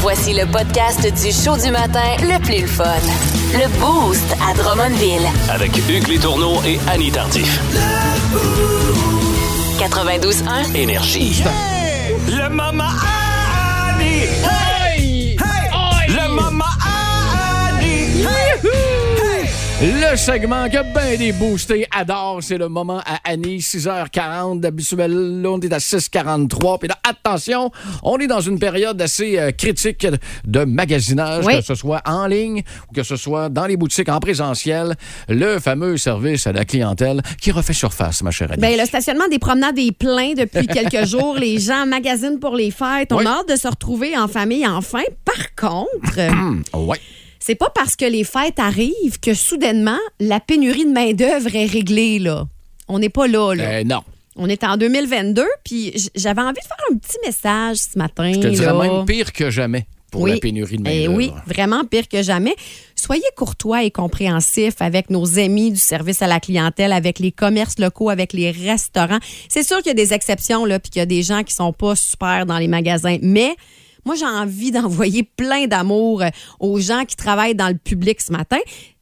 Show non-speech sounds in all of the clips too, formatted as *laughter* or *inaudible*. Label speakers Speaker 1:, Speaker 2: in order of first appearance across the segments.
Speaker 1: Voici le podcast du show du matin le plus le fun. Le Boost à Drummondville.
Speaker 2: Avec Hugues Létourneau et Annie Tardif.
Speaker 1: 92.1.
Speaker 2: Énergie. Le Mama Annie!
Speaker 3: Hey!
Speaker 2: Le Mama Annie!
Speaker 3: Le segment que ben des boostés adorent, c'est le moment à Annie, 6h40. D'habituel, là, on est à 6h43. Puis là, attention, on est dans une période assez euh, critique de magasinage,
Speaker 4: Oui.
Speaker 3: que ce soit en ligne ou que ce soit dans les boutiques en présentiel. Le fameux service à la clientèle qui refait surface, ma chère Annie.
Speaker 4: Ben, le stationnement des promenades est plein
Speaker 3: *laughs*
Speaker 4: depuis quelques jours. Les gens magasinent pour les fêtes. On
Speaker 3: Oui.
Speaker 4: a hâte de se retrouver en famille enfin. Par
Speaker 3: *clears throat*
Speaker 4: contre,
Speaker 3: Ouais.
Speaker 4: c'est pas parce que les fêtes arrivent que soudainement, la pénurie de main-d'œuvre est réglée, là. On n'est pas là, là.
Speaker 3: Euh, non.
Speaker 4: On est en 2022, puis j- j'avais envie de faire un petit message ce matin.
Speaker 3: Je te dirais
Speaker 4: là.
Speaker 3: même pire que jamais pour
Speaker 4: Oui.
Speaker 3: la pénurie de main
Speaker 4: Eh oui, vraiment pire que jamais. Soyez courtois et compréhensifs avec nos amis du service à la clientèle, avec les commerces locaux, avec les restaurants. C'est sûr qu'il y a des exceptions, là, puis qu'il y a des gens qui sont pas super dans les magasins, mais... Moi, j'ai envie *laughs* d'envoyer plein d'amour euh, aux gens qui travaillent dans le public ce matin.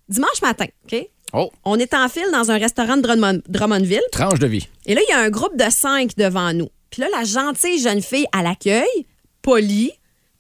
Speaker 4: Dimanche matin, OK?
Speaker 3: Oh,
Speaker 4: On est en file dans un restaurant de Drummond- Drummondville.
Speaker 3: tranche de vie.
Speaker 4: Et là, il y a un groupe de cinq devant nous. Puis là, la gentille jeune fille à l'accueil, polie,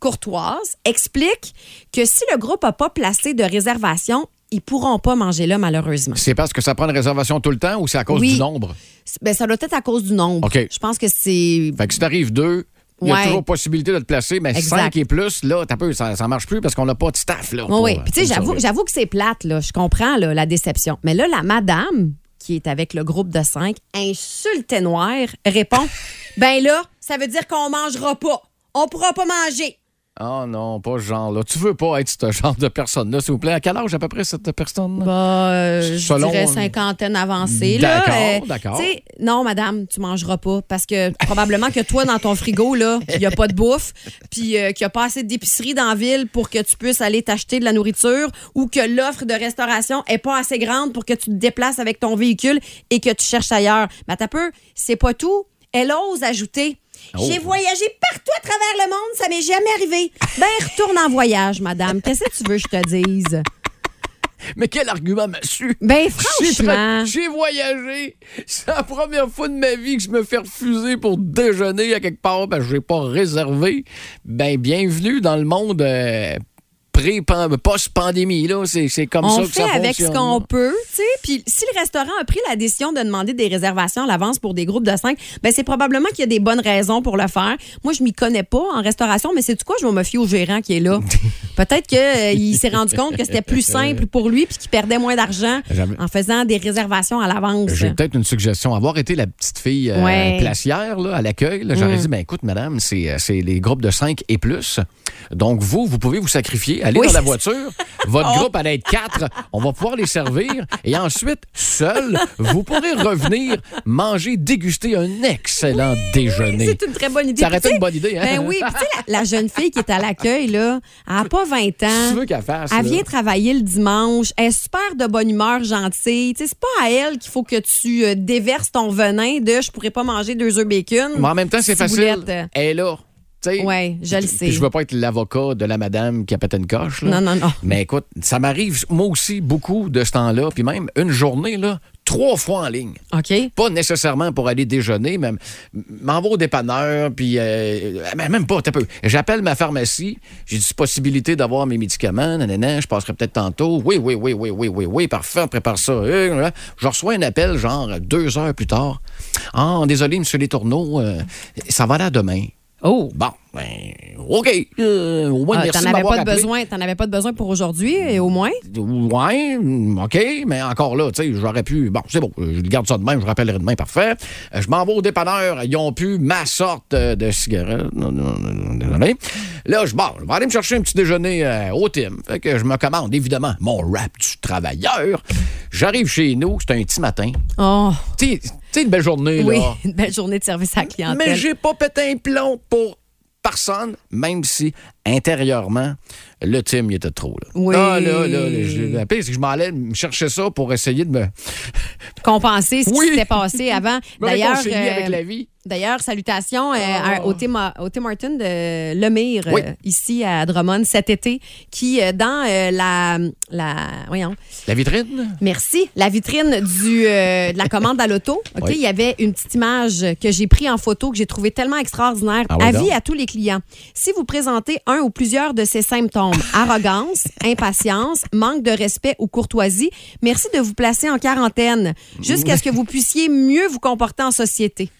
Speaker 4: courtoise, explique que si le groupe n'a pas placé de réservation, ils pourront pas manger là, malheureusement.
Speaker 3: C'est parce que ça prend une réservation tout le temps ou c'est à cause
Speaker 4: Oui.
Speaker 3: du nombre?
Speaker 4: C- Ben, ça doit être à cause du nombre.
Speaker 3: OK. Ben,
Speaker 4: Je pense que c'est.
Speaker 3: Fait que si t'arrives deux, il y a
Speaker 4: Ouais.
Speaker 3: toujours possibilité de te placer, mais
Speaker 4: Exact.
Speaker 3: cinq et plus, là, t'as peu, ça, ça marche plus parce qu'on n'a pas de staff, là.
Speaker 4: Oui,
Speaker 3: pour,
Speaker 4: oui.
Speaker 3: euh,
Speaker 4: Puis, tu sais,
Speaker 3: pour
Speaker 4: j'avoue,
Speaker 3: servir.
Speaker 4: j'avoue que c'est plate, là. Je comprends, là, la déception. Mais là, la madame, qui est avec le groupe de cinq, insultée noire, répond Ben là, ça veut dire qu'on mangera pas. On pourra pas manger.
Speaker 3: Ah non, pas ce genre-là. Tu veux pas être ce genre de personne-là, s'il vous plaît. À quel âge à peu près cette personne?
Speaker 4: Bah, euh, je
Speaker 3: Selon-
Speaker 4: dirais cinquantaine avancée. là.
Speaker 3: D'accord,
Speaker 4: Euh,
Speaker 3: d'accord.
Speaker 4: tu sais, Non, madame, tu mangeras pas parce que probablement que toi, dans ton frigo, là, il n'y a pas de bouffe, puis euh, qu'il n'y a pas assez d'épicerie dans la ville pour que tu puisses aller t'acheter de la nourriture ou que l'offre de restauration est pas assez grande pour que tu te déplaces avec ton véhicule et que tu cherches ailleurs. Mais t'as peu, c'est pas tout. Elle ose ajouter.
Speaker 3: Oh.
Speaker 4: J'ai voyagé partout à travers le monde, ça m'est jamais arrivé. Ben, retourne en voyage, madame. Qu'est-ce que tu veux que je te dise?
Speaker 3: Mais quel argument m'assu?
Speaker 4: Ben,
Speaker 3: J'ai tra-
Speaker 4: franchement.
Speaker 3: J'ai voyagé. C'est la première fois de ma vie que je me fais refuser pour déjeuner à quelque part parce que je n'ai pas réservé. Ben, bienvenue dans le monde euh, pré post-pandémie. là. C'est c'est comme ça
Speaker 4: On
Speaker 3: que
Speaker 4: fait
Speaker 3: ça
Speaker 4: avec ce
Speaker 3: fonctionne.
Speaker 4: qu'on peut, tu sais. Puis si le restaurant a pris la décision de demander des réservations à l'avance pour des groupes de cinq, ben c'est probablement qu'il y a des bonnes raisons pour le faire. Moi, je m'y connais pas en restauration, mais c'est du quoi Je vais me fier au gérant qui
Speaker 3: *laughs*
Speaker 4: est là. Peut-être qu'il s'est rendu compte que c'était plus simple pour lui puis qu'il perdait moins d'argent
Speaker 3: J'avais-
Speaker 4: en faisant des réservations à l'avance.
Speaker 3: J'ai peut-être une suggestion. Avoir été la petite fille euh,
Speaker 4: Ouais. Mm.
Speaker 3: placière là, à l'accueil, là, j'aurais dit ben, écoute, madame, c'est euh, c'est les groupes de 5 et plus. Donc, vous, vous pouvez vous sacrifier, aller
Speaker 4: Oui, Oh.
Speaker 3: dans la
Speaker 4: c'est
Speaker 3: voiture.
Speaker 4: *laughs*
Speaker 3: Votre groupe allait être 4. On va pouvoir les servir. Et ensuite, seul, vous pourrez revenir manger, déguster un excellent déjeuner.
Speaker 4: C'est une très bonne idée.
Speaker 3: Ça aurait été
Speaker 4: Puis,
Speaker 3: une bonne idée, hein?
Speaker 4: Ben oui, puis tu sais, la, la jeune fille qui est à l'accueil, là, elle n'a pas 20
Speaker 3: Qu'est-ce que
Speaker 4: ans.
Speaker 3: tu veux qu'elle fasse,
Speaker 4: Elle
Speaker 3: là?
Speaker 4: vient travailler le dimanche. Elle est super de bonne humeur, gentille. Tu sais, c'est pas à elle qu'il faut que tu euh, déverses ton venin de je pourrais pas manger deux œufs bacon.
Speaker 3: Mais en même temps, c'est facile.
Speaker 4: Ciboulette.
Speaker 3: Elle est là. Tu sais,
Speaker 4: Ouais, je le sais.
Speaker 3: Puis je veux pas être l'avocat de la madame qui a pété une coche. là.
Speaker 4: Non, non, non.
Speaker 3: Mais écoute, ça m'arrive, moi aussi, beaucoup de ce temps-là. Puis même une journée, là, trois fois en ligne.
Speaker 4: OK.
Speaker 3: Pas nécessairement pour aller déjeuner, mais m- m'en vais au dépanneur, puis euh, mais même pas, t'as peu. J'appelle ma pharmacie, j'ai dit possibilité d'avoir mes médicaments, nanana, je passerai peut-être tantôt. Oui, oui, oui, oui, oui, oui, oui, parfait, prépare ça. Euh, euh, Je reçois un appel, genre, deux heures plus tard. Ah, désolé, monsieur Les Tourneaux, euh, ça va là demain.
Speaker 4: Oh.
Speaker 3: Bon, ben, OK. Euh, au moins,
Speaker 4: Ah,
Speaker 3: merci
Speaker 4: T'en
Speaker 3: de
Speaker 4: avais
Speaker 3: m'avoir
Speaker 4: pas de
Speaker 3: appelé.
Speaker 4: besoin. T'en avais pas de besoin pour aujourd'hui, et au moins.
Speaker 3: Ouais, mm, OK, mais encore là, tu sais, j'aurais pu. Bon, c'est bon, je garde ça demain, je rappellerai demain, parfait. Euh, Je m'en vais au dépanneur, ils ont pu ma sorte euh, de cigarette. Non, non, non, non, Désolé. Là, je bon, je vais aller me chercher un petit déjeuner euh, au Tim. Fait que je me commande, évidemment, mon rap du travailleur. J'arrive chez nous, c'est un petit matin.
Speaker 4: Oh.
Speaker 3: Tu sais- tu sais, une belle journée,
Speaker 4: Oui,
Speaker 3: là.
Speaker 4: une *laughs* belle journée de service à la clientèle.
Speaker 3: Mais j'ai pas pété un plomb pour personne, même si intérieurement, le team il était trop là.
Speaker 4: Oui.
Speaker 3: Ah, là, là, là, j'ai- la pire, c'est que je m'en allais me chercher ça pour essayer de me
Speaker 4: Compenser ce
Speaker 3: Oui.
Speaker 4: qui s'était passé avant.
Speaker 3: me *laughs*
Speaker 4: D'ailleurs.
Speaker 3: réconcilier
Speaker 4: euh,
Speaker 3: avec la vie. Oh.
Speaker 4: D'ailleurs, salutations euh, à- au, Tim, au Tim Hortons de Lemire,
Speaker 3: Oui.
Speaker 4: euh, ici à Drummond, cet été, qui, euh, dans euh, la, la. Voyons.
Speaker 3: La vitrine?
Speaker 4: Merci. La vitrine du, euh, de la commande
Speaker 3: *laughs*
Speaker 4: à l'auto, OK,
Speaker 3: Oui.
Speaker 4: il y avait une petite image que j'ai prise en photo que j'ai trouvée tellement extraordinaire.
Speaker 3: Ah oui,
Speaker 4: Avis
Speaker 3: donc?
Speaker 4: à tous les clients. Si vous présentez un ou plusieurs de
Speaker 3: *laughs*
Speaker 4: ces symptômes, arrogance, impatience, manque de respect ou courtoisie, merci de vous placer en quarantaine jusqu'à ce que vous puissiez mieux vous comporter en société.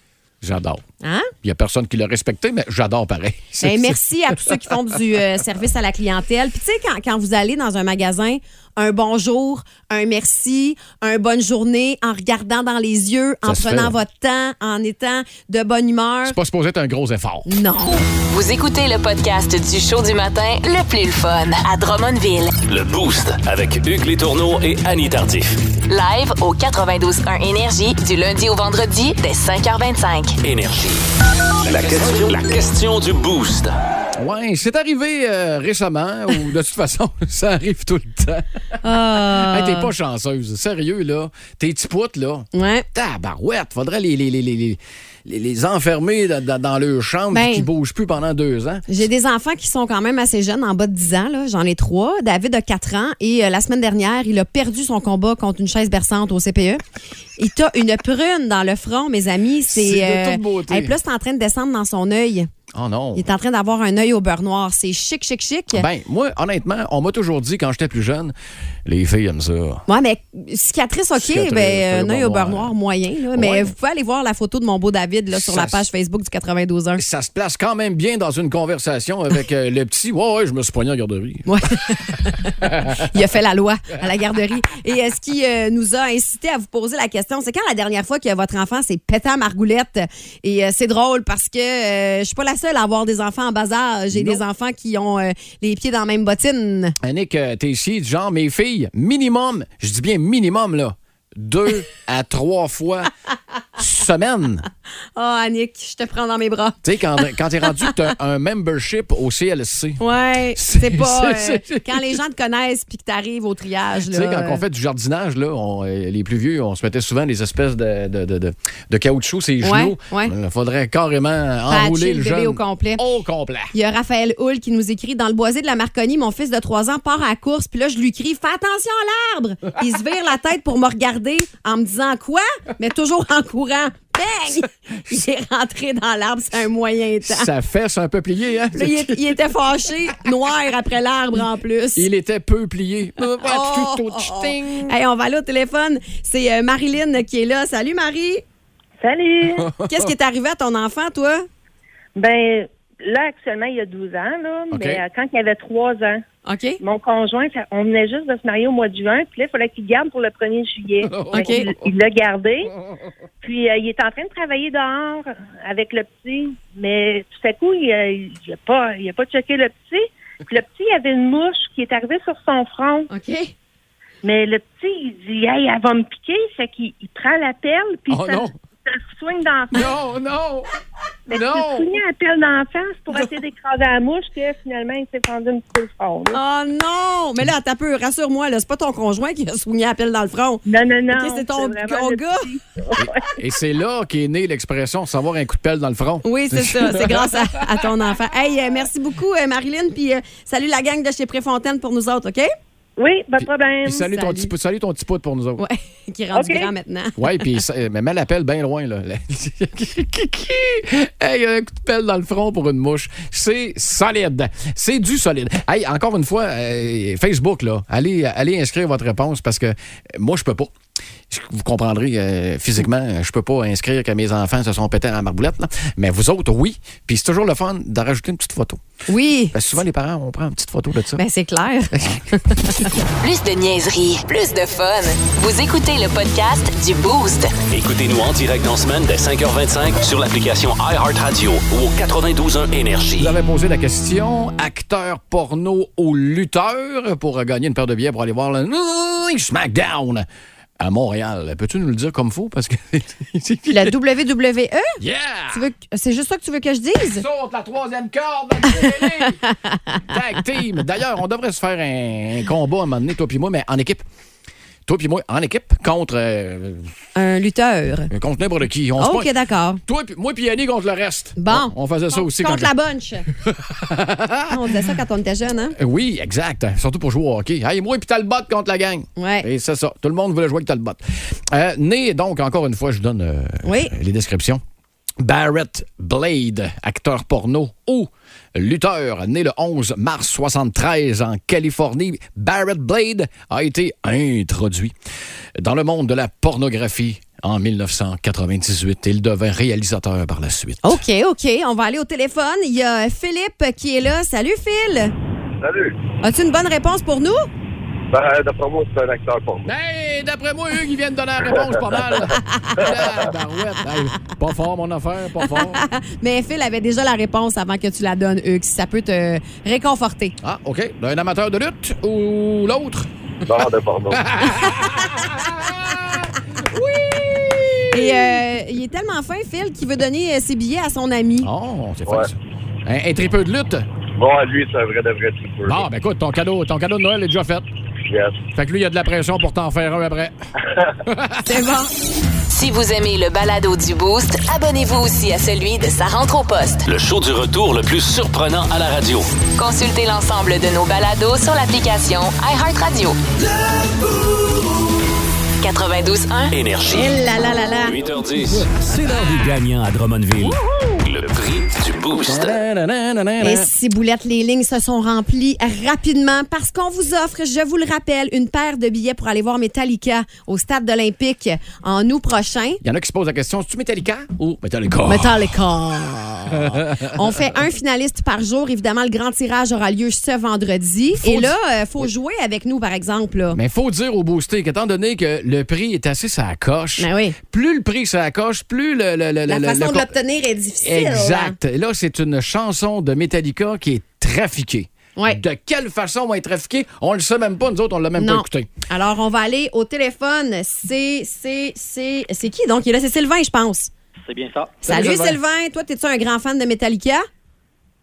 Speaker 3: J'adore.
Speaker 4: Hein?
Speaker 3: Il n'y a personne qui l'a respecté, mais j'adore pareil. C'est-
Speaker 4: Ben, merci à tous ceux qui font du euh, service à la clientèle. Puis tu sais, quand, quand vous allez dans un magasin, un bonjour, un merci, un bonne journée, en regardant dans les yeux,
Speaker 3: Ça
Speaker 4: en
Speaker 3: se
Speaker 4: prenant
Speaker 3: fait.
Speaker 4: votre temps, en étant de bonne humeur.
Speaker 3: C'est pas supposé être un gros effort.
Speaker 4: Non.
Speaker 1: Vous écoutez le podcast du show du matin le plus le fun à Drummondville.
Speaker 2: Le Boost avec Hugues Létourneau et Annie Tardif.
Speaker 1: Live au 92.1 Énergie du lundi au vendredi dès 5h25.
Speaker 2: Énergie. La, question, la question du Boost.
Speaker 3: Oui, c'est arrivé euh, récemment, ou de toute *laughs* façon, ça arrive tout le temps.
Speaker 4: Ah.
Speaker 3: Hey, t'es pas chanceuse. Sérieux, là. T'es petits poutres, là.
Speaker 4: Ouais.
Speaker 3: Tabarouette, faudrait les, les, les, les, les- les- les enfermer dans, dans- dans leur chambre
Speaker 4: Ben.
Speaker 3: qui bougent plus pendant deux ans.
Speaker 4: J'ai des enfants qui sont quand même assez jeunes, en bas de 10 ans. là. J'en ai trois. David a 4 ans et euh, la semaine dernière, il a perdu son combat contre une chaise berçante au CPE. Il t'a une prune dans le front, mes amis.
Speaker 3: C'est
Speaker 4: C'est euh,
Speaker 3: de toute beauté.
Speaker 4: hey, puis là, c'est en train de descendre dans son œil.
Speaker 3: Oh non.
Speaker 4: Il est en train d'avoir un œil au beurre noir. C'est chic, chic, chic.
Speaker 3: Ben, moi, honnêtement, on m'a toujours dit quand j'étais plus jeune, les filles aiment ça.
Speaker 4: Ouais, mais cicatrice, OK,
Speaker 3: Cicatrice,
Speaker 4: ben,
Speaker 3: œil au
Speaker 4: un œil
Speaker 3: beurre
Speaker 4: au beurre
Speaker 3: noir.
Speaker 4: noir moyen. là.
Speaker 3: Ouais.
Speaker 4: Mais vous pouvez aller voir la photo de mon beau David là, sur
Speaker 3: Ça
Speaker 4: la page
Speaker 3: se-
Speaker 4: Facebook du
Speaker 3: *laughs*
Speaker 4: 92.1.
Speaker 3: Ça se place quand même bien dans une conversation avec euh, le petit. Ouais, ouais, je me suis poigné en garderie.
Speaker 4: Ouais. *laughs* Il a fait la loi à la garderie. Et euh, ce qui euh, nous a incité à vous poser la question, c'est quand la dernière fois que votre enfant s'est pété à margoulette? Et euh, c'est drôle parce que euh, je suis pas la seule à avoir des enfants en bas âge. J'ai
Speaker 3: Non.
Speaker 4: des enfants qui ont euh, les pieds dans la même bottine.
Speaker 3: Annick, euh, t'es ici, du genre, mes filles, minimum, je dis bien minimum, là, deux à trois fois semaine.
Speaker 4: Ah, Annick, je te prends dans mes bras.
Speaker 3: Tu sais, quand, quand t'es rendu que t'as un membership au CLC. *laughs*
Speaker 4: Ouais,
Speaker 3: C'est-
Speaker 4: c'est pas euh,
Speaker 3: c'est- c'est-
Speaker 4: quand les gens te connaissent puis que t'arrives au triage
Speaker 3: Tu
Speaker 4: là.
Speaker 3: sais, quand
Speaker 4: euh,
Speaker 3: on fait du jardinage, là, on- euh, les plus vieux, on se mettait souvent des espèces de, de, de, de- de caoutchouc, ces
Speaker 4: Ouais,
Speaker 3: genoux.
Speaker 4: ouais.
Speaker 3: Il faudrait carrément enrouler
Speaker 4: Patcher
Speaker 3: le,
Speaker 4: le bébé
Speaker 3: jeune
Speaker 4: au complet.
Speaker 3: Au complet.
Speaker 4: Il y a Raphaël Hull qui nous écrit dans le boisé de la Marconi, mon fils de 3 ans part à la course, puis là je lui crie fais attention à l'arbre. Il se vire la tête pour me regarder en me disant quoi Mais toujours en courant.
Speaker 3: *laughs*
Speaker 4: Bang Il est rentré dans l'arbre, c'est un moyen temps.
Speaker 3: Sa fesse un peu pliée, hein?
Speaker 4: Là, il, est- il était fâché, noir après l'arbre en plus.
Speaker 3: Il était peu plié.
Speaker 4: Oh, oh, oh. Hey, on va aller au téléphone. C'est euh, Marilyn qui est là.
Speaker 3: *laughs*
Speaker 4: Salut Marie.
Speaker 5: Salut!
Speaker 4: Qu'est-ce qui est arrivé à ton enfant, toi?
Speaker 5: ben, là, actuellement, il y a 12 ans, là,
Speaker 3: OK.
Speaker 5: mais euh, quand il avait 3 ans,
Speaker 4: OK.
Speaker 5: mon conjoint, ça- on venait juste de se marier au mois de juin, puis là, il fallait qu'il garde pour le 1er
Speaker 3: *laughs*
Speaker 5: juillet. Fait qu'il- Il, l'a gardé, puis euh, il est en train de travailler dehors avec le petit, mais tout à coup, il n'a il a pas, il a pas checké le petit. Puis le petit, il avait une mouche qui est arrivée sur son front.
Speaker 4: OK.
Speaker 5: Mais le petit, il dit, hey, elle va me piquer. Fait qu'il il prend la pelle, puis
Speaker 3: Oh
Speaker 5: ça,
Speaker 3: non.
Speaker 5: ça le soigne dans la face.
Speaker 3: Non, non!
Speaker 5: Mais tu
Speaker 3: Non.
Speaker 5: te souviens à pelle d'en face pour essayer d'écraser la mouche que finalement il s'est pendu un petit peu le front. là.
Speaker 4: Oh non! Mais là, t'as peu, rassure-moi, là, c'est pas ton conjoint qui a soigné la pelle dans le front.
Speaker 5: Non, non, non.
Speaker 4: Ok, c'est ton
Speaker 5: vraiment
Speaker 4: ton
Speaker 5: le
Speaker 4: gars.
Speaker 5: petit.
Speaker 3: Et c'est là qu'est née l'expression savoir un coup de pelle dans le front.
Speaker 4: Oui, c'est ça.
Speaker 5: *laughs*
Speaker 4: C'est grâce à, à ton enfant. Hey, euh, merci beaucoup, euh, Marilyn. Puis euh, salut la gang de chez Préfontaine pour nous autres, OK?
Speaker 5: Oui, pas de problème.
Speaker 3: Puis salut, Ton
Speaker 4: salut.
Speaker 3: petit, pout- salut ton petit pote pour nous autres.
Speaker 4: Ouais, *laughs* qui est rendu
Speaker 5: OK.
Speaker 4: grand maintenant.
Speaker 3: Ouais, puis ça- euh, mais mal appelle bien loin là. *laughs* hey, un coup de pelle dans le front pour une mouche, c'est solide. C'est du solide. Hey, encore une fois, euh, Facebook là, allez allez inscrire votre réponse parce que euh, moi je peux pas. Je- Vous comprendrez euh, physiquement, je peux pas inscrire que mes enfants se sont pétés à la marboulette là. mais vous autres oui. Puis c'est toujours le fun de rajouter une petite photo.
Speaker 4: Oui.
Speaker 3: Parce que souvent les parents on prend une petite photo de ça.
Speaker 4: Ben,
Speaker 3: *laughs*
Speaker 4: c'est clair.
Speaker 1: Plus de niaiserie, plus de fun. Vous écoutez le podcast du Boost.
Speaker 2: Écoutez-nous en direct en semaine dès 5h25 sur l'application iHeartRadio ou au 92.1 Énergie.
Speaker 3: Vous avez posé la question, acteur porno ou lutteur, pour euh, gagner une paire de billets pour aller voir le SmackDown à Montréal. Peux-tu nous le dire comme faut? Parce que.
Speaker 4: La WWE,
Speaker 3: yeah!
Speaker 4: tu veux que- c'est juste ça que tu veux que je dise?
Speaker 3: Saute la troisième corde! Thierry! Tag team! D'ailleurs, on devrait se faire un, un combat à un moment donné, toi puis moi, mais en équipe. toi puis moi, en équipe, contre, euh,
Speaker 4: Un lutteur.
Speaker 3: contre n'importe qui. On se
Speaker 4: OK,
Speaker 3: pointe.
Speaker 4: d'accord.
Speaker 3: Toi, puis- moi puis Yannick contre le reste.
Speaker 4: Bon.
Speaker 3: On, on faisait ça aussi.
Speaker 4: Contre
Speaker 3: quand- *laughs*
Speaker 4: la bunch. on disait ça quand on était jeune, hein?
Speaker 3: Euh, Oui, exact. Hein, Surtout pour jouer au hockey. Hey, moi puis Talbot contre la gang.
Speaker 4: Ouais.
Speaker 3: Et c'est ça. Tout le monde voulait jouer avec Talbot. Euh, né, donc, encore une fois, je vous donne euh,
Speaker 4: Oui.
Speaker 3: euh, les descriptions. Barrett Blade, acteur porno ou lutteur, né le 11 mars 73 en Californie, Barrett Blade a été introduit dans le monde de la pornographie en 1998. Il devint réalisateur par la suite.
Speaker 4: OK, OK. On va aller au téléphone. Il y a Philippe qui est là. Salut, Phil.
Speaker 6: Salut.
Speaker 4: As-tu une bonne réponse pour nous?
Speaker 6: Ben, d'après moi, c'est un acteur pour moi.
Speaker 3: Hey, d'après moi, Hugues, il vient de donner la réponse pas mal. La barouette. Hey, pas fort, mon affaire, pas fort.
Speaker 4: Mais Phil avait déjà la réponse avant que tu la donnes, Hugues. Si ça peut te réconforter.
Speaker 3: Ah, OK. Un amateur de lutte ou l'autre?
Speaker 6: Non, de porno.
Speaker 4: Et euh, il est tellement fin, Phil, qu'il veut donner euh, ses billets à son ami.
Speaker 3: Oh, c'est
Speaker 6: Ouais.
Speaker 3: fait, ça. Un, un tripeux de lutte?
Speaker 6: Bon, lui, c'est un vrai de vrai tripeur.
Speaker 3: Ah, ben écoute, ton cadeau, ton cadeau de Noël est déjà fait.
Speaker 6: Yes.
Speaker 3: Fait que lui, il y a de la pression pour t'en faire un après.
Speaker 4: C'est bon.
Speaker 1: Si vous aimez le balado du Boost, abonnez-vous aussi à celui de Sa rentre au poste.
Speaker 2: Le show du retour le plus surprenant à la radio.
Speaker 1: Consultez l'ensemble de nos balados sur l'application iHeartRadio. 92.1.
Speaker 2: Énergie.
Speaker 4: Eh là là là là.
Speaker 2: 8h10. C'est l'heure du gagnant à Drummondville. Le prix du boost.
Speaker 4: Et si boulette, les lignes se sont remplies rapidement parce qu'on vous offre, je vous le rappelle, une paire de billets pour aller voir Metallica au stade olympique en août prochain.
Speaker 3: Il y en a qui se posent la question, c'est-tu Metallica ou
Speaker 4: Oh.
Speaker 3: Metallica?
Speaker 4: Metallica. On fait un finaliste par jour. Évidemment, le grand tirage aura lieu ce vendredi.
Speaker 3: Faut
Speaker 4: Et là, il faut jouer avec nous, par exemple. là.
Speaker 3: Mais faut dire au boosté qu'étant donné que le prix est assez ça coche,
Speaker 4: Ben oui.
Speaker 3: plus le prix ça coche, plus le... le- le-
Speaker 4: La
Speaker 3: le-
Speaker 4: façon
Speaker 3: le-
Speaker 4: de l'obtenir est difficile. hein.
Speaker 3: Exact. Et Là, c'est une chanson de Metallica qui est trafiquée.
Speaker 4: Ouais.
Speaker 3: De quelle façon va être trafiquée? On le sait même pas, nous autres, on l'a même pas
Speaker 4: Non.
Speaker 3: écouté.
Speaker 4: Alors, on va aller au téléphone. C'est, c'est, c'est, c'est qui donc? Il est là, c'est Sylvain, je pense.
Speaker 7: C'est bien ça.
Speaker 4: Salut,
Speaker 3: Salut,
Speaker 4: Sylvain. Toi, t'es-tu un grand fan de Metallica?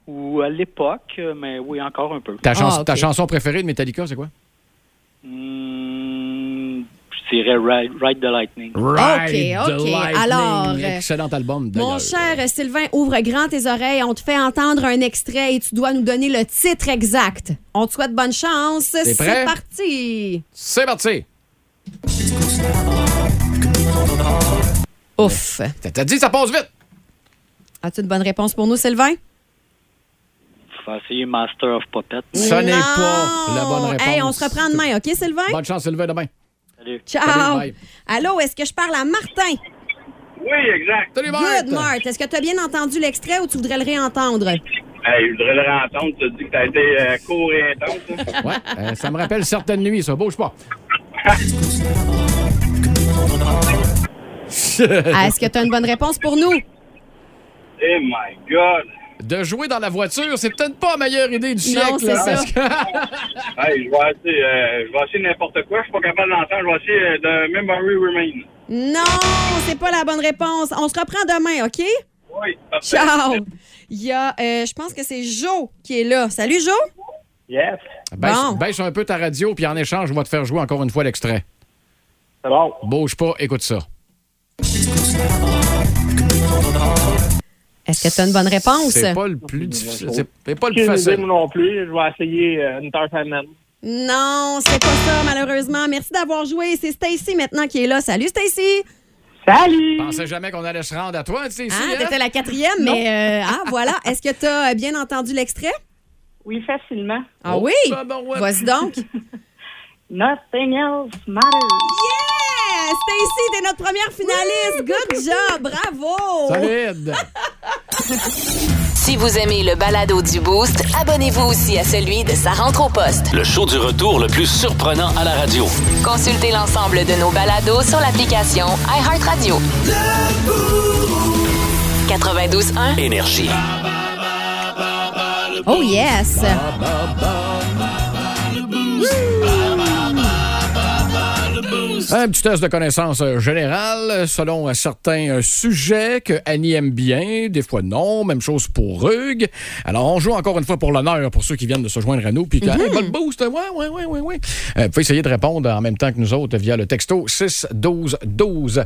Speaker 7: Ou à l'époque, euh, mais oui, encore un peu.
Speaker 3: Ta, chans-
Speaker 4: Ah, ok.
Speaker 3: ta chanson préférée de Metallica, c'est quoi?
Speaker 7: Hmm, je dirais Ride, Ride the Lightning.
Speaker 3: Ride the
Speaker 4: ok.
Speaker 3: Lightning,
Speaker 4: Alors, euh,
Speaker 3: Excellent album, d'ailleurs.
Speaker 4: Mon cher euh, Sylvain, ouvre grand tes oreilles. On te fait entendre un extrait et tu dois nous donner le titre exact. On te souhaite bonne chance. C'est
Speaker 3: prêt?
Speaker 4: parti.
Speaker 3: C'est parti!
Speaker 4: Ouf.
Speaker 3: T'as- T'as dit, ça passe vite!
Speaker 4: As-tu une bonne réponse pour nous, Sylvain?
Speaker 7: Faut essayer Master of Puppets.
Speaker 3: Ce n'est
Speaker 4: Non.
Speaker 3: pas la bonne réponse.
Speaker 4: Hey, on se reprend demain, OK, Sylvain?
Speaker 3: Bonne chance, Sylvain, demain.
Speaker 7: Salut.
Speaker 3: Salut,
Speaker 4: Ciao.
Speaker 3: bye.
Speaker 4: Allô, est-ce que je parle à Martin?
Speaker 6: Oui, exact.
Speaker 3: Salut, Marthe!
Speaker 4: Good, Mart. Est-ce que tu as bien entendu l'extrait ou tu voudrais le réentendre?
Speaker 6: Hey, je voudrais le rencontrer. Tu as dit que t'as été euh, court et intense. hein?
Speaker 3: Ouais, euh, ça me rappelle certaines nuits, ça. Bouge pas.
Speaker 4: Ah, Est-ce que tu as une bonne réponse
Speaker 3: *laughs*
Speaker 4: pour nous?
Speaker 6: Eh my God.
Speaker 3: De jouer dans la voiture, c'est peut-être pas la meilleure idée du siècle. hein.
Speaker 4: Non, c'est
Speaker 3: là,
Speaker 4: ça.
Speaker 3: parce que-
Speaker 6: Hey, je vais essayer, euh, je vais essayer n'importe quoi. Je suis pas capable d'entendre. Je vais essayer euh, de Memory Remain.
Speaker 4: Non, c'est pas la bonne réponse. On se reprend demain, OK?
Speaker 6: Oui, parfait.
Speaker 4: Ciao! Il y a, euh, je pense que c'est Joe qui est là. Salut, Joe!
Speaker 6: Yes.
Speaker 3: Baisse,
Speaker 4: Bon.
Speaker 3: baisse ben, un peu ta radio, puis en échange, je vais te faire jouer encore une fois l'extrait.
Speaker 6: C'est bon.
Speaker 3: Bouge pas, écoute ça.
Speaker 4: Est-ce que tu as une bonne réponse?
Speaker 3: C'est pas le plus difficile. C'est c'est pas le plus facile.
Speaker 6: non plus. Je vais essayer euh, une tarte
Speaker 4: Non, c'est pas ça, malheureusement. Merci d'avoir joué. C'est Stacy maintenant qui est là. Salut, Stacy!
Speaker 6: Salut.
Speaker 3: Je pensais jamais qu'on allait se rendre à toi, tu sais, ici.
Speaker 4: Ah,
Speaker 3: hein?
Speaker 4: t'étais la quatrième, mais euh, ah, voilà. Est-ce que tu as bien entendu l'extrait?
Speaker 8: Oui, facilement.
Speaker 4: Ah
Speaker 3: Oh,
Speaker 4: oui?
Speaker 3: bah, bah, ouais.
Speaker 4: Vas-y donc.
Speaker 8: Nothing else matters.
Speaker 4: Yeah! Stacy, t'es notre première finaliste. Good job! Bravo!
Speaker 3: Solide.
Speaker 1: Si vous aimez le balado du Boost, abonnez-vous aussi à celui de Sa rentre au poste.
Speaker 2: Le show du retour le plus surprenant à la radio.
Speaker 1: Consultez l'ensemble de nos balados sur l'application iHeartRadio. 92.1.
Speaker 2: Énergie.
Speaker 4: Oh yes!
Speaker 3: Bah.
Speaker 4: Wouh! test.
Speaker 3: Un petit test de connaissance euh, générale euh, selon euh, certains euh, sujets que Annie aime bien, des fois non. Même chose pour Rug. Alors, on joue encore une fois pour l'honneur pour ceux qui viennent de se joindre à nous. Puis, que, Hey, bonne boost! Ouais, ouais, ouais, ouais, ouais. Euh, vous pouvez essayer de répondre en même temps que nous autres via le texto 6 12 12.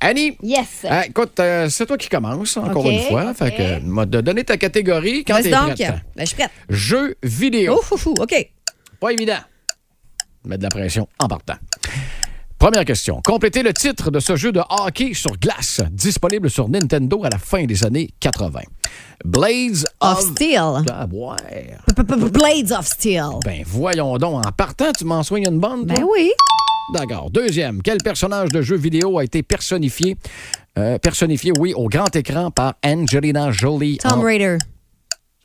Speaker 3: Annie!
Speaker 9: Yes.
Speaker 3: euh, écoute, euh, c'est toi qui commence, encore
Speaker 9: Ok,
Speaker 3: une fois. Fait
Speaker 9: ok.
Speaker 3: que, euh, m'a de donner ta catégorie quand
Speaker 4: Vas-y
Speaker 3: t'es
Speaker 4: donc.
Speaker 3: prête.
Speaker 4: Ben, je suis prête.
Speaker 3: Jeux vidéo.
Speaker 4: Ouf, ouf, ouf, OK.
Speaker 3: Pas évident. Mettre de la pression en partant. Première question. Complétez le titre de ce jeu de hockey sur glace, disponible sur Nintendo à la fin des années 80. Blades
Speaker 4: Of
Speaker 3: of...
Speaker 4: Steel.
Speaker 3: Ah, ouais.
Speaker 4: Blades of Steel.
Speaker 3: Ben voyons donc, en partant, tu m'en soignes une bonne, toi?
Speaker 4: Ben oui.
Speaker 3: D'accord. Deuxième, quel personnage de jeu vidéo a été personnifié, euh, personnifié, oui, au grand écran par Angelina Jolie
Speaker 4: Tom
Speaker 3: en...
Speaker 4: Raider.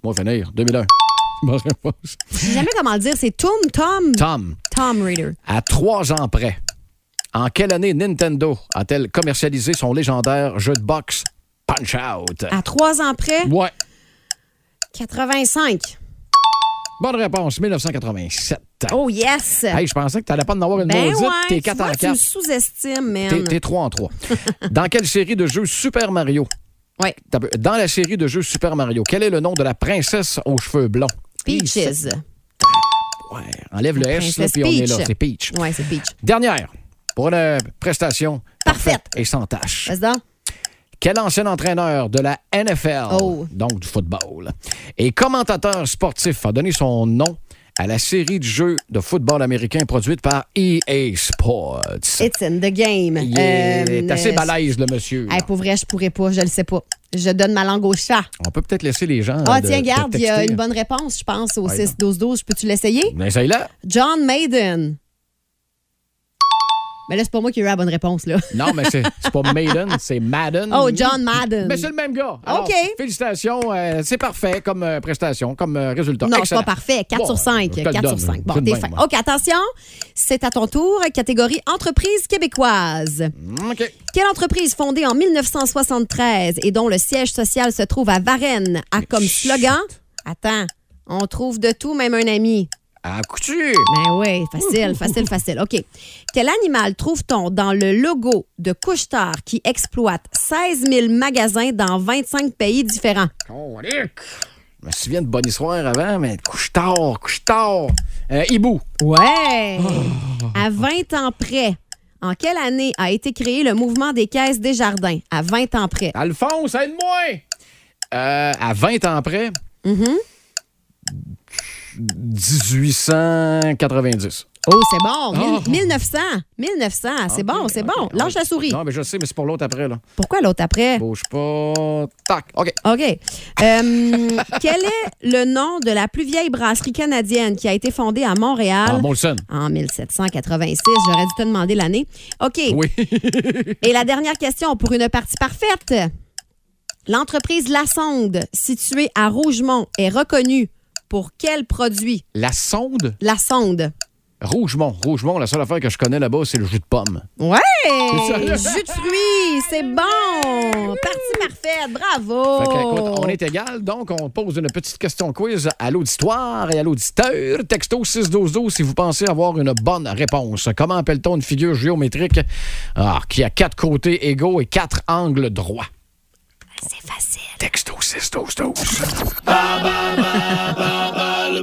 Speaker 3: Moi, finir, 2001. Bonne réponse.
Speaker 4: Je sais jamais comment le dire. C'est Tom, Tom,
Speaker 3: Tom,
Speaker 4: Tom Raider.
Speaker 3: à trois ans près, en quelle année Nintendo a-t-elle commercialisé son légendaire jeu de boxe Punch Out?
Speaker 4: À trois ans près,
Speaker 3: Ouais.
Speaker 4: 85.
Speaker 3: Bonne réponse, 1987.
Speaker 4: Oh yes!
Speaker 3: Hey, je pensais que t'allais pas en avoir une
Speaker 4: ben
Speaker 3: maudite.
Speaker 4: ouais,
Speaker 3: T'es
Speaker 4: tu
Speaker 3: 4
Speaker 4: vois,
Speaker 3: en
Speaker 4: tu me
Speaker 3: 4.
Speaker 4: sous-estimes,
Speaker 3: T'es-
Speaker 4: man.
Speaker 3: T'es 3 en 3. Dans quelle série de jeux Super Mario?
Speaker 4: Ouais.
Speaker 3: T'as peu- Dans la série de jeux Super Mario, quel est le nom de la princesse aux cheveux blonds?
Speaker 4: Peaches.
Speaker 3: Ouais, enlève le S, là,
Speaker 4: Princesse
Speaker 3: puis on est
Speaker 4: Peach.
Speaker 3: là. C'est Peach.
Speaker 4: Ouais, c'est Peach.
Speaker 3: Dernière, pour une prestation
Speaker 4: Parfaite.
Speaker 3: et sans tâche.
Speaker 4: Vas-y donc.
Speaker 3: Quel ancien entraîneur de la NFL,
Speaker 4: Oh.
Speaker 3: donc du football, et commentateur sportif a donné son nom à la série de jeux de football américain produite par EA Sports?
Speaker 4: It's in the game.
Speaker 3: Il est
Speaker 4: Euh,
Speaker 3: assez
Speaker 4: euh,
Speaker 3: balèze, le monsieur.
Speaker 4: Hey, pour vrai, je pourrais pas, je le sais pas. Je donne ma langue au chat.
Speaker 3: On peut peut-être laisser les gens.
Speaker 4: Ah,
Speaker 3: de-
Speaker 4: tiens,
Speaker 3: de
Speaker 4: garde, il y a
Speaker 3: texter.
Speaker 4: une bonne réponse, je pense, au
Speaker 3: Ouais,
Speaker 4: 6-12-12. Peux-tu l'essayer?
Speaker 3: Ben, essaye là.
Speaker 4: John Maiden. Mais là, c'est pas moi qui ai eu la bonne réponse, là.
Speaker 3: Non, mais c'est c'est pas Maiden, c'est Madden.
Speaker 4: *laughs* Oh, John Madden.
Speaker 3: Mais c'est le même gars. Alors,
Speaker 4: OK.
Speaker 3: Félicitations. euh, c'est parfait comme euh, prestation, comme euh, résultat.
Speaker 4: Non, c'est
Speaker 3: Excellent.
Speaker 4: pas parfait. 4
Speaker 3: Bon,
Speaker 4: sur 5.
Speaker 3: je te le
Speaker 4: 4
Speaker 3: donne.
Speaker 4: sur 5.
Speaker 3: Je
Speaker 4: Bon,
Speaker 3: te
Speaker 4: t'es
Speaker 3: le
Speaker 4: fin.
Speaker 3: donne, moi.
Speaker 4: OK, attention. C'est à ton tour. Catégorie entreprise québécoise.
Speaker 3: OK.
Speaker 4: Quelle entreprise fondée en 1973 et dont le siège social se trouve à Varennes a comme
Speaker 3: chut.
Speaker 4: slogan Attends, on trouve de tout, même un ami.
Speaker 3: À couture.
Speaker 4: Ben oui, facile, facile, facile. OK. Quel animal trouve-t-on dans le logo de Couche-Tard qui exploite 16 000 magasins dans 25 pays différents?
Speaker 3: Colique. Je me souviens de bonne histoire avant, mais couche tard, couche tard. Euh, hibou.
Speaker 4: Ouais! Oh. À 20 ans près, en quelle année a été créé le mouvement des caisses des jardins? À 20 ans près.
Speaker 3: Alphonse, aide-moi. Euh, à 20 ans près.
Speaker 4: Mm-hmm.
Speaker 3: 1890.
Speaker 4: Oh, c'est bon! Mille-
Speaker 3: Oh.
Speaker 4: 1900! 1900, c'est bon, c'est bon. Lâche la souris.
Speaker 3: Non, mais je sais, mais c'est pour l'autre après, là.
Speaker 4: Pourquoi l'autre après?
Speaker 3: Bouge pas. Tac. OK.
Speaker 4: OK. Euh, *laughs* quel est le nom de la plus vieille brasserie canadienne qui a été fondée à Montréal?
Speaker 3: Ah, Molson.
Speaker 4: En 1786, j'aurais dû te demander l'année. OK.
Speaker 3: Oui. *laughs*
Speaker 4: Et la dernière question pour une partie parfaite. L'entreprise La Sonde, située à Rougemont, est reconnue pour quel produit?
Speaker 3: La sonde
Speaker 4: La Sonde.
Speaker 3: Rougemont. Rougemont, la seule affaire que je connais là-bas, c'est le jus de pomme.
Speaker 4: Ouais!
Speaker 3: C'est ça.
Speaker 4: Jus de fruits, c'est bon! Partie parfaite, bravo!
Speaker 3: Fait que,
Speaker 4: Oh!
Speaker 3: écoute, on est égal, donc on pose une petite question quiz à l'auditoire et à l'auditeur. Texto 61212 si vous pensez avoir une bonne réponse. Comment appelle-t-on une figure géométrique ah, qui a quatre côtés égaux et quatre angles droits?
Speaker 4: C'est facile.
Speaker 3: Texto 61212.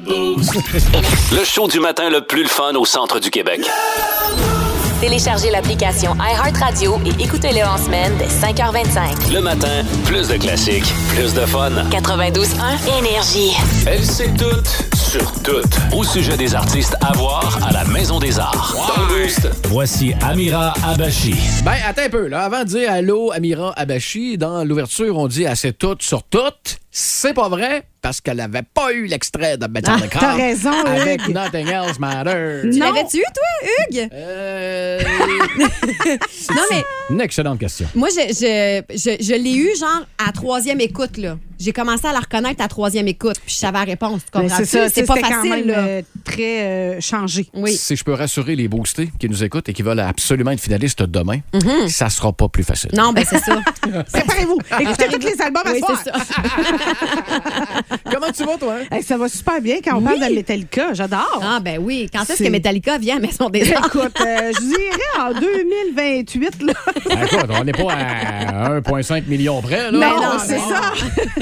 Speaker 2: Le show du matin le plus le fun au centre du Québec.
Speaker 1: Téléchargez l'application iHeartRadio et écoutez-le en semaine dès 5h25.
Speaker 2: Le matin, plus de classiques, plus de fun.
Speaker 1: 92.1 Énergie.
Speaker 2: Elle sait tout sur tout. Au sujet des artistes à voir à la Maison des Arts. Dans le boost, voici Amira Abachi.
Speaker 3: Ben, attends un peu, là. Avant de dire allô, Amira Abachi, dans l'ouverture, on dit assez toutes sur toutes. C'est pas vrai, parce qu'elle n'avait pas eu l'extrait de Better the Call
Speaker 9: t'as raison,
Speaker 3: Avec
Speaker 9: Hugues.
Speaker 3: Nothing Else Matters.
Speaker 4: Tu l'avais-tu eu, toi, Hugues?
Speaker 3: Euh,
Speaker 4: Non, mais
Speaker 3: une excellente question.
Speaker 4: moi, je, je, je, je l'ai eu, genre, à troisième écoute, là. J'ai commencé à la reconnaître à troisième écoute, puis je savais la réponse, tu
Speaker 9: Ben,
Speaker 4: comprends-tu?
Speaker 9: ça,
Speaker 4: C'est pas
Speaker 9: c'était quand
Speaker 4: facile,
Speaker 9: même,
Speaker 4: là.
Speaker 9: euh, très euh, changé.
Speaker 4: Oui.
Speaker 3: Si je peux rassurer les boostés qui nous écoutent et qui veulent absolument être finalistes demain,
Speaker 9: Mhm.
Speaker 3: ça sera pas plus facile.
Speaker 4: Non, ben c'est
Speaker 9: *laughs*
Speaker 4: ça.
Speaker 9: *laughs* Séparez-vous. Écoutez tous les albums à
Speaker 4: oui,
Speaker 9: soir.
Speaker 4: c'est ça.
Speaker 3: Comment tu vas, toi?
Speaker 9: Hey, ça va super bien quand on parle de Metallica. J'adore.
Speaker 4: Ah, ben oui. Quand est-ce
Speaker 9: C'est-
Speaker 4: que Metallica vient à Maison des Arts?
Speaker 9: *laughs* Écoute, euh, je dirais en 2028, là.
Speaker 3: Ben, écoute, on n'est pas à 1,5 million près. Là.
Speaker 9: Non, c'est ça.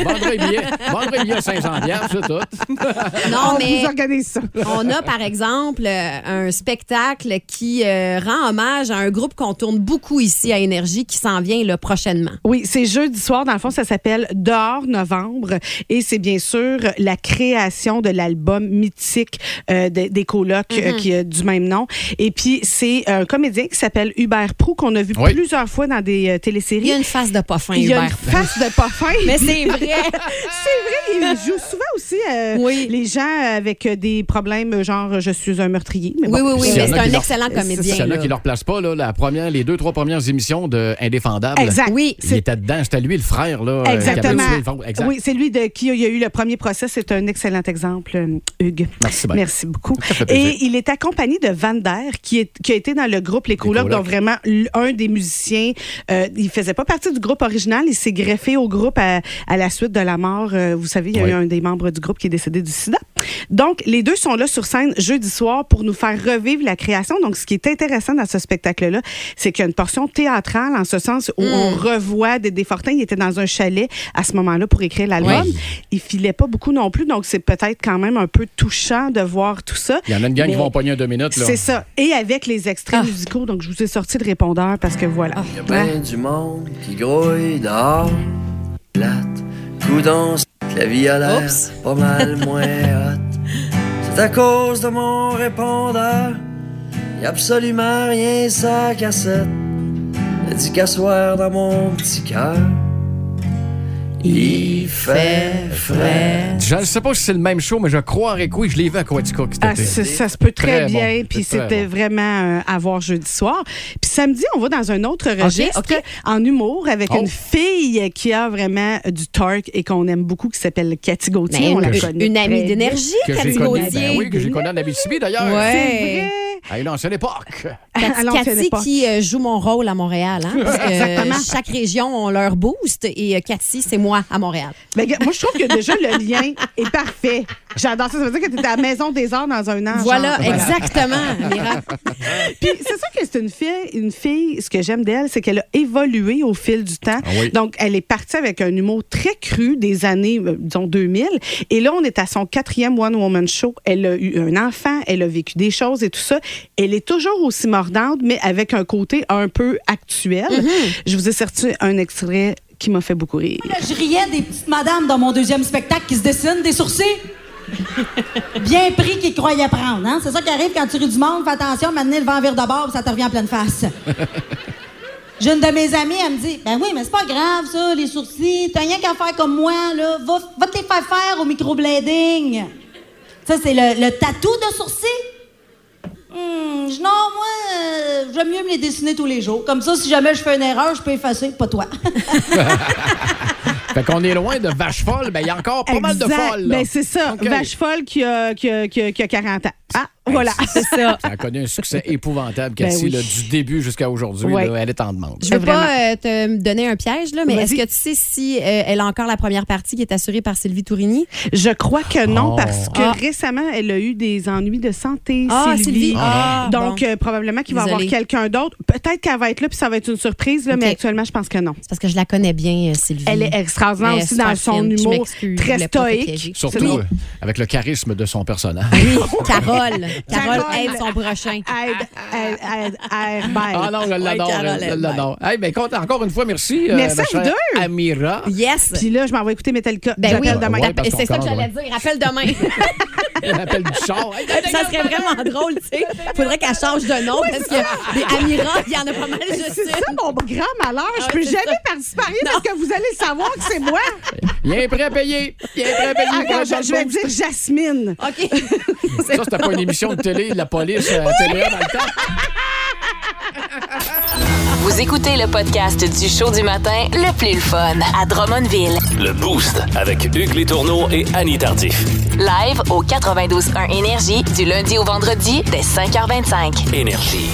Speaker 3: Vendrez bien. Vendrez bien 500 bières, c'est tout.
Speaker 4: Non,
Speaker 9: on
Speaker 4: mais
Speaker 9: vous organise ça.
Speaker 4: on a, par exemple, euh, un spectacle qui euh, rend hommage à un groupe qu'on tourne beaucoup ici à Énergie qui s'en vient là, prochainement.
Speaker 9: Oui, c'est jeudi soir. Dans le fond, ça s'appelle Dehors Novembre. Et c'est bien sûr la création de l'album mythique euh, des, des colocs euh,
Speaker 4: Mm-hmm.
Speaker 9: qui a du même nom. Et puis, c'est un comédien qui s'appelle Hubert Prou qu'on a vu
Speaker 3: Oui.
Speaker 9: plusieurs fois dans des euh,
Speaker 4: Il y a
Speaker 9: téléséries.
Speaker 4: une face de pas fin,
Speaker 9: Il a une
Speaker 4: Hubert.
Speaker 9: face de pas fin.
Speaker 4: Mais c'est vrai.
Speaker 9: *laughs* C'est vrai, il joue souvent aussi euh,
Speaker 4: Oui.
Speaker 9: les gens avec euh, des problèmes genre je suis un meurtrier. Mais
Speaker 4: Oui,
Speaker 9: bon.
Speaker 4: oui, oui,
Speaker 3: S'il y en
Speaker 4: mais
Speaker 3: a
Speaker 4: c'est
Speaker 3: qui
Speaker 4: un
Speaker 3: leur-
Speaker 4: excellent
Speaker 3: S'il y
Speaker 4: comédien.
Speaker 3: en a
Speaker 4: là.
Speaker 3: qui ne leur placent pas, là, la première, les deux, trois premières émissions de Indéfendable.
Speaker 9: Exact.
Speaker 4: Oui,
Speaker 3: Il
Speaker 9: C'est-
Speaker 3: était dedans. C'était lui, le frère. Là, euh, qui avait
Speaker 9: Exactement.
Speaker 3: tué le fond. Exact.
Speaker 9: Oui, c'est lui de qui il y a eu le premier procès. C'est un excellent exemple, euh, Hugues.
Speaker 3: Merci, bien.
Speaker 9: Merci beaucoup.
Speaker 3: Ça fait plaisir.
Speaker 9: Et il est accompagné de Van Der, qui, est, qui a été dans le groupe Les Colocs,
Speaker 3: Colocs.
Speaker 9: donc vraiment l- un des musiciens. Euh, il faisait pas partie du groupe original. Il s'est greffé au groupe à, à la suite de la mort. Euh, vous savez, il y a
Speaker 3: Oui.
Speaker 9: eu un des membres du groupe qui est décédé du sida. Donc, les deux sont là sur scène jeudi soir pour nous faire revivre la création. Donc, ce qui est intéressant dans ce spectacle-là, c'est qu'il y a une portion théâtrale, en ce sens où on revoit des Desfortins. Il était dans un chalet à ce moment-là pour écrire l'album. Il filait pas beaucoup non plus, donc c'est peut-être quand même un peu touchant de voir tout ça.
Speaker 3: Il y en a une gang qui
Speaker 9: Mais
Speaker 3: vont pogner un deux minutes. Là.
Speaker 9: C'est ça. Et avec les extraits
Speaker 4: Ah.
Speaker 9: musicaux, donc je vous ai sorti le répondeur parce que voilà.
Speaker 3: Ah,
Speaker 9: Hein?
Speaker 10: Ben du monde qui grouille dehors, plate, coudon, la vie à l'air,
Speaker 4: Oups.
Speaker 10: pas mal moins hot. C'est à cause de mon répondeur, y a absolument rien sa cassette. Elle dit qu'à soir dans mon petit cœur, il fait frais.
Speaker 3: Je ne sais pas si c'est le même show, mais je croirais que oui. Je l'ai vu à Quaticook cet
Speaker 9: Ah,
Speaker 3: été.
Speaker 9: ça, ça se peut très,
Speaker 3: Très bon.
Speaker 9: bien,
Speaker 3: C'est
Speaker 9: puis
Speaker 3: très
Speaker 9: c'était vraiment euh, à voir jeudi soir. Puis samedi, on va dans un autre registre
Speaker 4: ok.
Speaker 9: en humour avec
Speaker 3: Oh.
Speaker 9: une fille qui a vraiment euh, du torque et qu'on aime beaucoup qui s'appelle Cathy Gauthier.
Speaker 4: Mais
Speaker 9: on la
Speaker 4: Ben, une,
Speaker 9: connaît
Speaker 4: une
Speaker 9: très
Speaker 4: amie
Speaker 9: bien.
Speaker 4: d'énergie,
Speaker 3: que j'ai
Speaker 4: Cathy
Speaker 3: connu,
Speaker 4: Gauthier.
Speaker 3: ben oui, que j'ai connu en Abitibi d'ailleurs.
Speaker 4: Ouais.
Speaker 3: À une ancienne époque.
Speaker 9: À
Speaker 4: Cathy,
Speaker 9: l'ancienne
Speaker 4: Cathy
Speaker 9: époque.
Speaker 4: qui euh, joue mon rôle à Montréal. Hein, parce que
Speaker 9: Exactement.
Speaker 4: chaque région a leur boost et euh, Cathy, c'est moi à Montréal.
Speaker 9: Ben, regarde, moi, je trouve que déjà, le lien est parfait. J'adore ça. Ça veut dire que tu étais à la Maison des Arts dans un an.
Speaker 4: voilà,
Speaker 9: genre. ben
Speaker 4: exactement.
Speaker 9: *laughs*
Speaker 4: miracle.
Speaker 9: Puis c'est sûr que c'est une fille, une fille, ce que j'aime d'elle, c'est qu'elle a évolué au fil du temps.
Speaker 3: Ah oui.
Speaker 9: Donc, elle est partie avec un humour très cru des années, euh, disons, 2000. Et là, on est à son quatrième One Woman Show. Elle a eu un enfant, elle a vécu des choses et tout ça. Elle est toujours aussi mordante, mais avec un côté un peu actuel. Je vous ai sorti un extrait qui m'a fait beaucoup rire.
Speaker 11: Mm-hmm. Je riais des petites madames dans mon deuxième spectacle qui se dessinent des sourcils. Bien pris qu'ils croyaient prendre, hein? C'est ça qui arrive quand tu ris du monde. Fais attention, maintenant le vent vire de bord, puis ça te revient en pleine face. J'ai une de mes amies, elle me dit Ben oui, mais c'est pas grave, ça, les sourcils. T'as rien qu'à faire comme moi, là. Va, va te les faire faire au microblading. Ça, c'est le, le tatou de sourcils? Hmm, je- non, moi, euh, j'aime mieux me les dessiner tous les jours. Comme ça, si jamais je fais une erreur, je peux effacer. Pas toi. *laughs*
Speaker 3: Fait qu'on est loin de vache folle, mais il y a encore pas mal de
Speaker 9: Exact.
Speaker 3: folles. là.
Speaker 9: Ben, c'est ça.
Speaker 3: OK.
Speaker 9: Vache folle qui a, qui a- qui a- qui a 40 ans. Ah, voilà.
Speaker 4: C'est ça.
Speaker 3: Ça a connu un succès épouvantable,
Speaker 9: Ben
Speaker 3: Cathy,
Speaker 9: oui.
Speaker 3: là, du début jusqu'à aujourd'hui.
Speaker 9: Ouais. Ben,
Speaker 3: là, Elle est en demande.
Speaker 4: Je veux
Speaker 9: Vraiment.
Speaker 4: pas euh, te donner un piège, là, mais
Speaker 9: Vas-y.
Speaker 4: est-ce que tu sais si euh, elle a encore la première partie qui est assurée par Sylvie Tourini?
Speaker 9: *laughs* Je crois que non,
Speaker 3: Oh.
Speaker 9: parce que
Speaker 4: Ah.
Speaker 9: récemment, elle a eu des ennuis de santé.
Speaker 4: Ah,
Speaker 9: Sylvie.
Speaker 4: Sylvie. Ah,
Speaker 9: Donc,
Speaker 4: bon.
Speaker 9: euh, probablement qu'il va y avoir
Speaker 4: Désolée.
Speaker 9: quelqu'un d'autre. Peut-être qu'elle va être là, puis ça va être une surprise, là, mais
Speaker 4: Ok.
Speaker 9: actuellement, je pense que non.
Speaker 4: C'est parce que je la connais bien, euh, Sylvie.
Speaker 9: Elle est extraordinaire
Speaker 4: Elle est
Speaker 9: aussi
Speaker 4: super
Speaker 9: dans son
Speaker 4: fine. Je
Speaker 9: humour
Speaker 4: m'excuse, je
Speaker 9: très
Speaker 4: voulais pas te
Speaker 9: stoïque.
Speaker 4: piéger.
Speaker 3: Surtout
Speaker 9: C'est-
Speaker 3: euh, avec le charisme de son personnage.
Speaker 4: Ah Oui, Carole. Carole
Speaker 9: *laughs* Carole.
Speaker 4: aide son prochain.
Speaker 9: Aide, aide, aide, aide, aide.
Speaker 3: Ah non, je l'adore,
Speaker 4: Carole,
Speaker 3: je
Speaker 4: elle
Speaker 3: l'adore. Hey, ben, écoute, encore une fois, merci. euh,
Speaker 9: Merci
Speaker 3: ma
Speaker 9: à vous
Speaker 3: chère
Speaker 9: deux.
Speaker 3: Amira.
Speaker 4: Yes.
Speaker 9: Puis là, je m'en vais écouter Metallica.
Speaker 4: Ben oui,
Speaker 9: J'appelle demain.
Speaker 3: Ouais, parce
Speaker 4: c'est
Speaker 3: qu'on
Speaker 4: ça que
Speaker 3: parle,
Speaker 4: j'allais dire. Rappelle demain.
Speaker 9: *laughs*
Speaker 3: Elle appelle du char. Hey,
Speaker 4: ça serait vraiment drôle, tu
Speaker 9: *laughs*
Speaker 4: sais. Faudrait qu'elle change de nom parce que des Amira, il y en a pas mal, je
Speaker 9: C'est
Speaker 4: sais.
Speaker 9: ça mon grand malheur. Je
Speaker 4: Ah,
Speaker 9: peux
Speaker 4: c'est
Speaker 9: jamais
Speaker 4: ça.
Speaker 9: participer à rien parce que vous allez savoir que
Speaker 4: *laughs*
Speaker 9: c'est moi.
Speaker 3: Il est prêt à payer. Il est prêt à payer.
Speaker 9: Ah,
Speaker 3: pour le
Speaker 9: je, je vais
Speaker 3: bonbon.
Speaker 9: dire Jasmine.
Speaker 4: OK.
Speaker 3: Ça, c'était pas une euh, émission de télé de la police à TVA dans le temps.
Speaker 1: Vous Vous écoutez le podcast du show du matin le plus le fun à Drummondville.
Speaker 2: Le Boost avec Hugues Létourneau et Annie Tardif.
Speaker 1: Live au 92.1 Énergie du lundi au vendredi dès 5h25.
Speaker 2: Énergie.